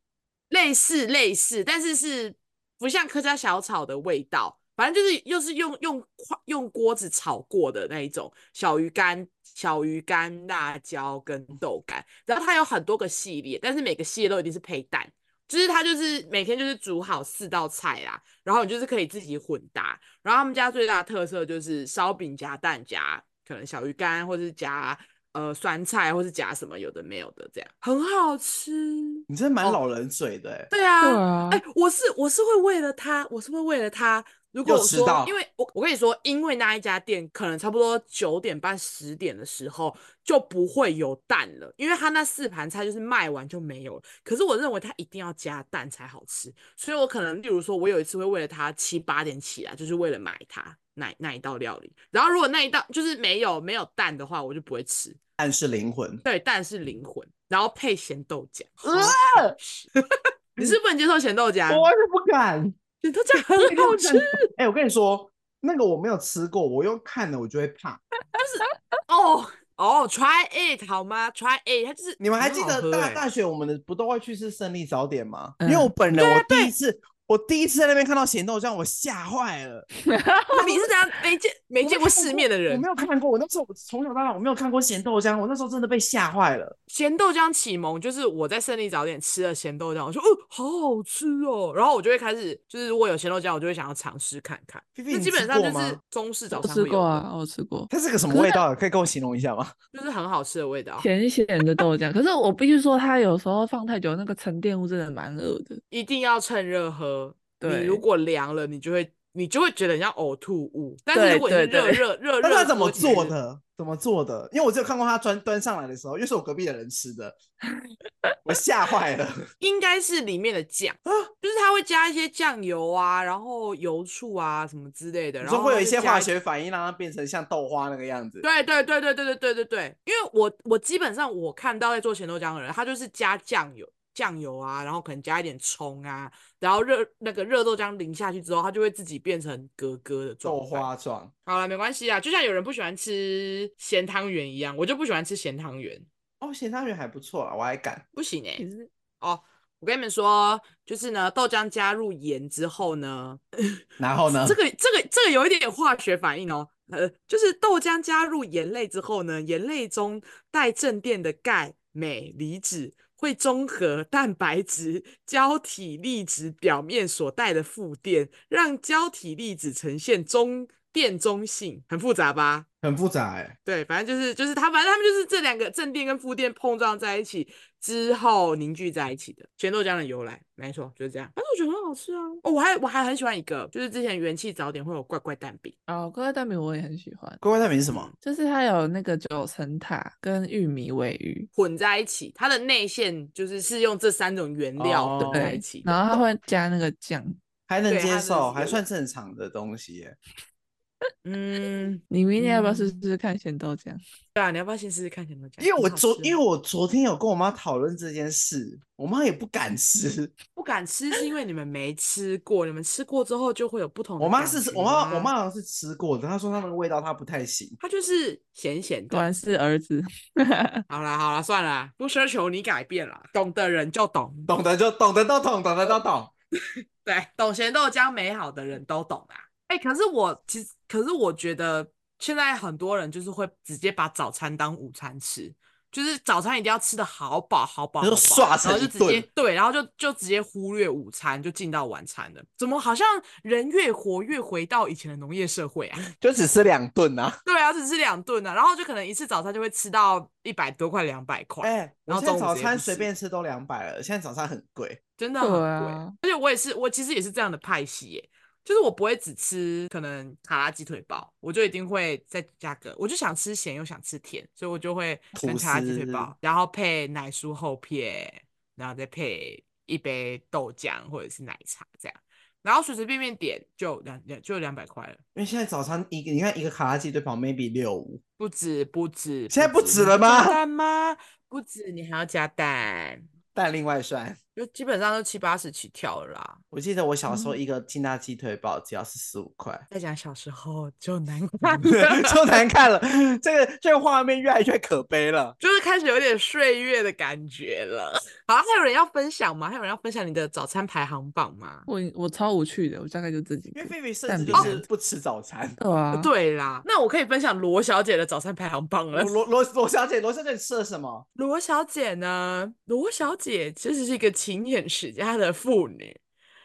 类似类似，但是是不像客家小炒的味道，反正就是又是用用筷用锅子炒过的那一种小鱼干、小鱼干、辣椒跟豆干，然后它有很多个系列，但是每个系列都一定是配蛋。就是它就是每天就是煮好四道菜啦，然后你就是可以自己混搭。然后他们家最大的特色就是烧饼夹蛋夹可能小鱼干，或是夹呃酸菜，或是夹什么有的没有的这样，很好吃。你真的蛮哦老人嘴的欸。对对啊，啊哎、，我是我是会为了他，我是会为了他，如又果我迟说，到因为我我跟你说，因为那一家店可能差不多九点半十点的时候就不会有蛋了，因为他那四盘菜就是卖完就没有了。可是我认为他一定要加蛋才好吃，所以我可能例如说，我有一次会为了他七八点起来，就是为了买它那那一道料理。然后如果那一道就是没有没有蛋的话，我就不会吃。但是灵魂，对，蛋是灵魂，然后配咸豆浆， (laughs) 好啊好吃你是不能接受咸豆浆？我是不敢。咸豆浆很好吃。 (laughs) 哎、我跟你说，那个我没有吃过，我用看了我就会怕。哦哦，try it 好吗？try it，它就是你们还很记好得喝大欸大学我们的不都会去吃胜利早点吗？嗯因为我本啊人我第一次，我第一次在那边看到咸豆浆，我吓坏了。那哎你是怎样没见没我见过世面的我人没？有看过。我那时候我从小到大我没有看过咸豆浆，我那时候真的被吓坏了。咸豆浆启蒙就是我在胜利早点吃了咸豆浆，我说哦好好吃哦，然后我就会开始就是如果有咸豆浆，我就会想要尝试看看。菲菲，那你基本吃上过就吗是中式早我餐吃会有过的啊，，我吃过，它是个什么味道？啊可以跟我形容一下吗？就是很好吃的味道，甜咸的豆浆。可是我必须说，它有时候放太久，那个沉淀物真的蛮恶的。一定要趁热喝。你对如果凉了，你就会你就会觉得很像呕吐物，但是对如果你是对热对热热热， (laughs) 那他怎么做？的？怎么做的？因为我只有看过他端端上来的时候，又是我隔壁的人吃的，我吓坏了。应该是里面的酱，啊就是它会加一些酱油啊，然后油醋啊什么之类的，你 (laughs) 然说后会有它一就些加化。学反应，让它变成像豆花那个样子。对对对对对对对对对，因为我我基本上我看到在做咸豆浆的人，他就是加酱油酱油啊，然后可能加一点葱啊，然后热那个热豆浆淋下去之后，它就会自己变成格格的状豆态。花状，好了，没关系啊，就像有人不喜欢吃咸汤圆一样，我就不喜欢吃咸汤圆，哦，咸汤圆还不错啊，我还敢。不行哎、其实哦，我跟你们说，就是呢，豆浆加入盐之后呢，然后呢？这个这个这个有一点点化学反应哦，呃，就是豆浆加入盐类之后呢，盐类中带正电的钙、镁离子会中和蛋白质胶体粒子表面所带的负电，让胶体粒子呈现中电中性，很复杂吧？很复杂哎、对，反正就是就是它，反正他们就是这两个正电跟负电碰撞在一起之后凝聚在一起的全豆浆的由来，没错，就是这样。但是我觉得很好吃啊！哦，我还我还很喜欢一个，就是之前元气早点会有怪怪蛋饼，哦，怪怪蛋饼我也很喜欢，乖乖蛋饼是什嗯么？就是它有那个九层塔跟玉米尾鱼混在一起，它的内馅就是是用这三种原料哦混在一对起，的。然后它会加那个酱。还能对它接真的是受，还有算正常的东西耶、嗯，你明天要不要试嗯试看咸豆浆？对啊，你要不要先试试看有没有讲？因为我很好昨吃因啊为我昨天有跟我妈讨论这件事，我妈也不敢吃。不敢吃，是因为你们没吃过，你们吃过之后就会有不同的我妈感是吃觉我妈我啊妈好像是吃过的，她说她那个味道她不太行。它就是咸咸的果。然是儿子。好啦好啦，算啦，不奢求你改变啦，懂的人就懂，懂得就懂得都懂，懂得都懂。对，懂咸豆浆美好的人都懂啊。哎、可是我其实，可是我觉得现在很多人就是会直接把早餐当午餐吃，就是早餐一定要吃的好饱好饱，你说好刷饱然后成就一直接顿对，然后就就直接忽略午餐，就进到晚餐了。怎么好像人越活越回到以前的农业社会啊？ (laughs) 就只吃两顿啊！对啊，只吃两顿啊，然后就可能一次早餐就会吃到一百多块、两百块。哎、我然后现在中午早直接餐不随吃便吃都两百了，现在早餐很贵。真的对很贵。啊而且我也是，我其实也是这样的派系耶，就是我不会只吃可能卡拉鸡腿堡，我就一定会再加个，我就想吃咸又想吃甜，所以我就会跟吐卡拉鸡腿司堡，然后配奶酥厚片，然后再配一杯豆浆或者是奶茶这样，然后随随便便点就两两就两百块了。因为现在早餐一个，你看一个卡拉鸡腿堡 maybe 六五，不止不止，现在不止你了还要吗加蛋吗？不止，你还要加蛋，但另外算。就基本上都七八十起跳了啦。，我记得我小时候一个劲大鸡腿堡只要是十五块再讲小时候就难看了， (laughs) 就难看了。这个这个画面越来越可悲了。就是开始有点岁月的感觉了。好，啊还有人要分享吗？还有人要分享你的早餐排行榜吗？我我超无趣的，我大概就这几因个为。菲菲甚蛋至就饼是哦不吃早餐。对啊，对啦，哦那我可以分享罗小姐的早餐排行榜了罗。 (laughs) 罗罗罗小姐，罗小姐你吃了什么？罗小姐呢？罗小姐其实是一个勤俭持家的妇女，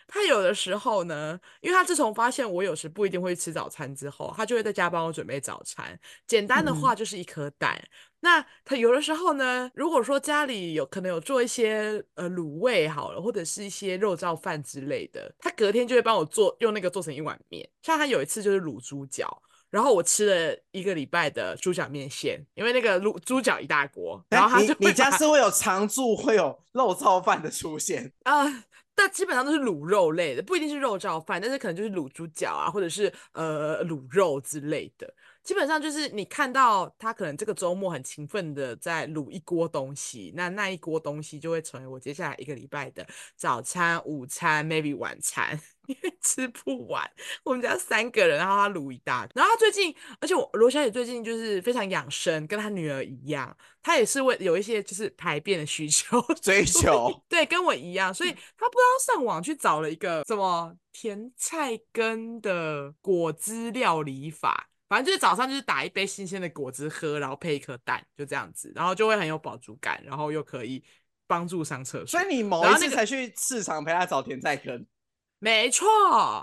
他有的时候呢，因为他自从发现我有时不一定会吃早餐之后，他就会在家帮我准备早餐。简单的话就是一颗蛋。那他有的时候呢，如果说家里有可能有做一些呃卤味好了，或者是一些肉燥饭之类的，他隔天就会帮我做用那个做成一碗面。像他有一次就是卤猪脚。然后我吃了一个礼拜的猪脚面线，因为那个卤猪脚一大锅，然后他哎就你会你家把是会有常驻会有肉燥饭的出现，啊、但基本上都是卤肉类的，不一定是肉燥饭，但是可能就是卤猪脚啊，或者是呃卤肉之类的。基本上就是你看到他可能这个周末很勤奋的在卤一锅东西，那那一锅东西就会成为我接下来一个礼拜的早餐、午餐，maybe 晚餐，因为吃不完。我们家三个人，然后他卤一大，然后他最近，而且我罗小姐最近就是非常养生，跟她女儿一样，她也是为有一些就是排便的需求，追所以求对，跟我一样，所以他不知道上网去找了一个什么甜菜根的果汁料理法，反正就是早上就是打一杯新鲜的果汁喝，然后配一颗蛋，就这样子，然后就会很有饱足感，然后又可以帮助上厕所所。以你某然一后那次个才去市场陪他找甜菜根，没错，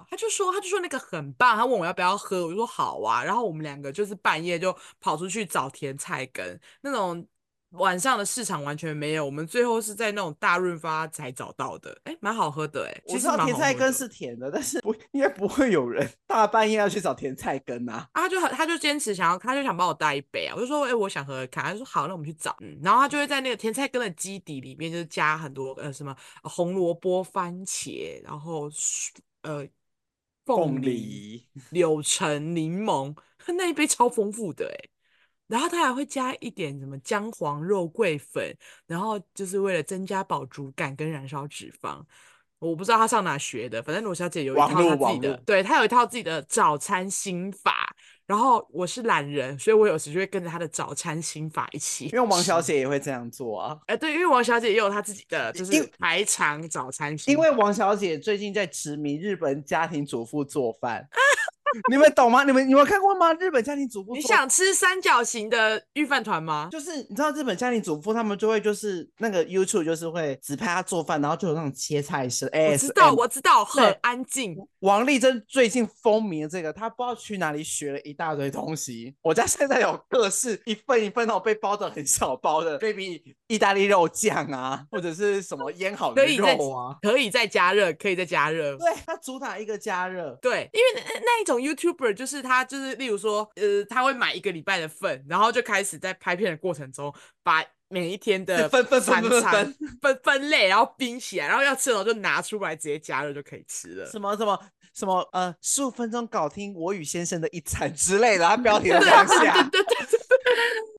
他就说他就说那个很棒，他问我要不要喝，我就说好啊。然后我们两个就是半夜就跑出去找甜菜根，那种晚上的市场完全没有，我们最后是在那种大润发才找到的，哎，蛮好喝的哎，我其知实道蛮甜好菜喝根的是甜的，但是不应该不会有人大半夜要去找甜菜根啊。啊，他就很，他就坚持想要，他就想帮我带一杯啊。我就说，哎、我想喝喝看。他就说好，那我们去找。嗯，然后他就会在那个甜菜根的基底里面，就是加很多呃什么呃红萝卜、番茄，然后水呃凤凤梨、梨，柳橙、柠檬，那一杯超丰富的哎、然后他还会加一点什么姜黄肉桂粉，然后就是为了增加饱足感跟燃烧脂肪。我不知道他上哪学的，反正罗小姐有一网套她路自己网的路，对她有一套自己的早餐心法。然后我是懒人，所以我有时就会跟着她的早餐心法一起。因为王小，姐也会这样做啊。哎、对，因为王小姐也有她自己的，就因是排肠早餐心因为法王小姐最近在执迷日本家庭主妇做饭， (laughs) 你们懂吗？你们你们看过吗？日本家庭主妇你做想吃三角形的御饭团吗？就是你知道日本家庭主妇他们就会就是那个 YouTube 就是会只拍她做饭，然后就有那种切菜声。我知道， ASM 我知道，很对安静。王丽珍最近风靡了这个，她不知道去哪里学了一大堆东西。我家现在有各式一份一份那种被包的很小包的，baby 意大利肉酱啊，或者是什么腌好的可以再肉啊。可以再加热，可以再加热。对，它主打一个加热，对，因为那那那一种 YouTuber 就是他，就是例如说，呃，他会买一个礼拜的份，然后就开始在拍片的过程中，把每一天的分分分餐分分餐分分类，然后冰起来，然后要吃的时候就拿出来直接加热就可以吃了。什么什么什么呃，十五分钟搞听我与先生的一餐之类的，它标题对都这对样对下。对对对，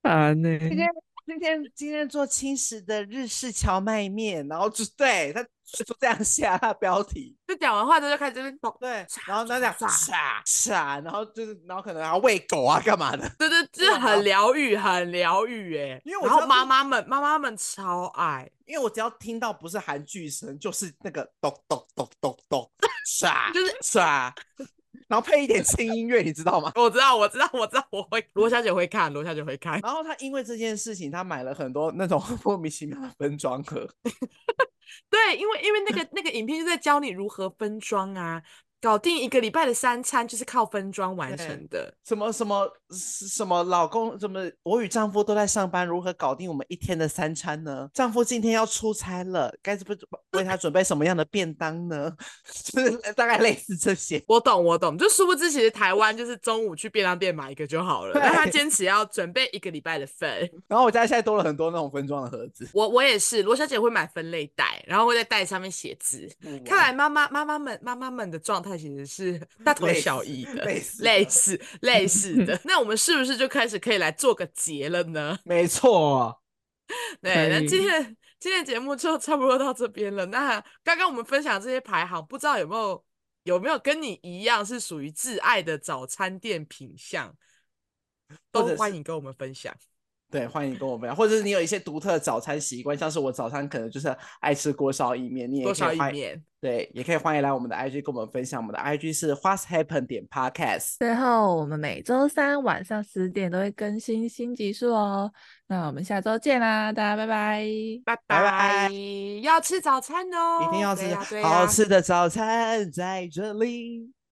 烦呢、今天啊今天今天做轻食的日式荞麦面，然后就对他就这样下他标题，就讲完话之后就开始这边跑，对，然后他唰讲傻傻，然后就是然后可能还要喂狗啊干嘛的， (laughs) 对对，就是哇很疗愈，很疗愈哎。因为我知然后道妈这妈们，妈妈们超爱，因为我只要听到不是韩剧声，就是那个咚咚咚咚咚傻，就是傻， (laughs) 然后配一点轻音乐，你知道吗？ (laughs) 我知道，我知道，我知道，我会，罗小姐会看，罗小姐会看。然后他因为这件事情，他买了很多那种莫名其妙的分装盒，对，因为因为那个那个影片就在教你如何分装啊，搞定一个礼拜的三餐就是靠分装完对成的。什么什么什么老公，什么我与丈夫都在上班，如何搞定我们一天的三餐呢？丈夫今天要出差了，该是不为他准备什么样的便当呢？ (laughs) 就是大概类似这些。我懂，我懂，就殊不知其实台湾就是中午去便当店买一个就好了，但他对坚持要准备一个礼拜的份。然后我家现在多了很多那种分装的盒子。我我也是，罗小姐会买分类袋，然后会在袋上面写字。嗯看来妈妈妈妈们妈妈们的状态其实是 (laughs) 大同类小似异的，类似类的似类似 (laughs) 的。那我们是不是就开始可以来做个结了呢？没错，对，那今可以天今天的节目就差不多到这边了。那刚刚我们分享这些排行，不知道有没有有没有跟你一样是属于挚爱的早餐店品相，或都者欢是迎跟我们分享。对，欢迎跟我们聊，或者是你有一些独特的早餐习惯，像是我早餐可能就是爱吃锅烧意面，你也多少可以一欢面。对，也可以欢迎来我们的 IG 跟我们分享，我们的 IG 是 What's Happen 点 Podcast。最后，我们每周三晚上十点都会更新新集数哦。那我们下周见啦，大家拜拜。拜拜拜，要吃早餐哦，一定要对吃呀对好呀吃的早餐在这里。